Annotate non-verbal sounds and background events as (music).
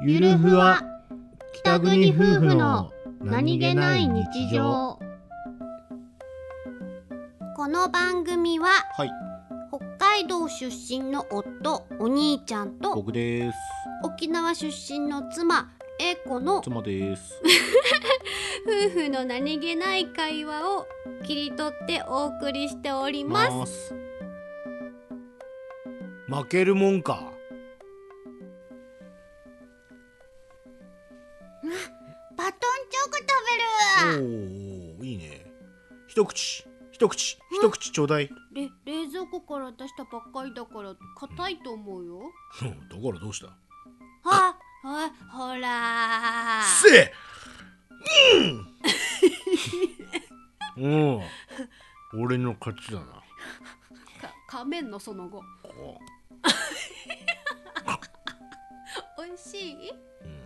ゆるふわ北国夫婦のこの番組ははい北海道出身の夫お兄ちゃんと僕です沖縄出身の妻英子の夫妻です婦の何気ない会話を切り取ってお送りしておりますす負けるもんかバトンチョコ食おべるーいいね一口一口一口ちょうだいだかれ冷蔵庫から出したばっかりだから硬いと思うよらどうしたあ、あ、ほらーせえうん (laughs) うん俺の勝ちだなか仮面のその後ここ美味しいうん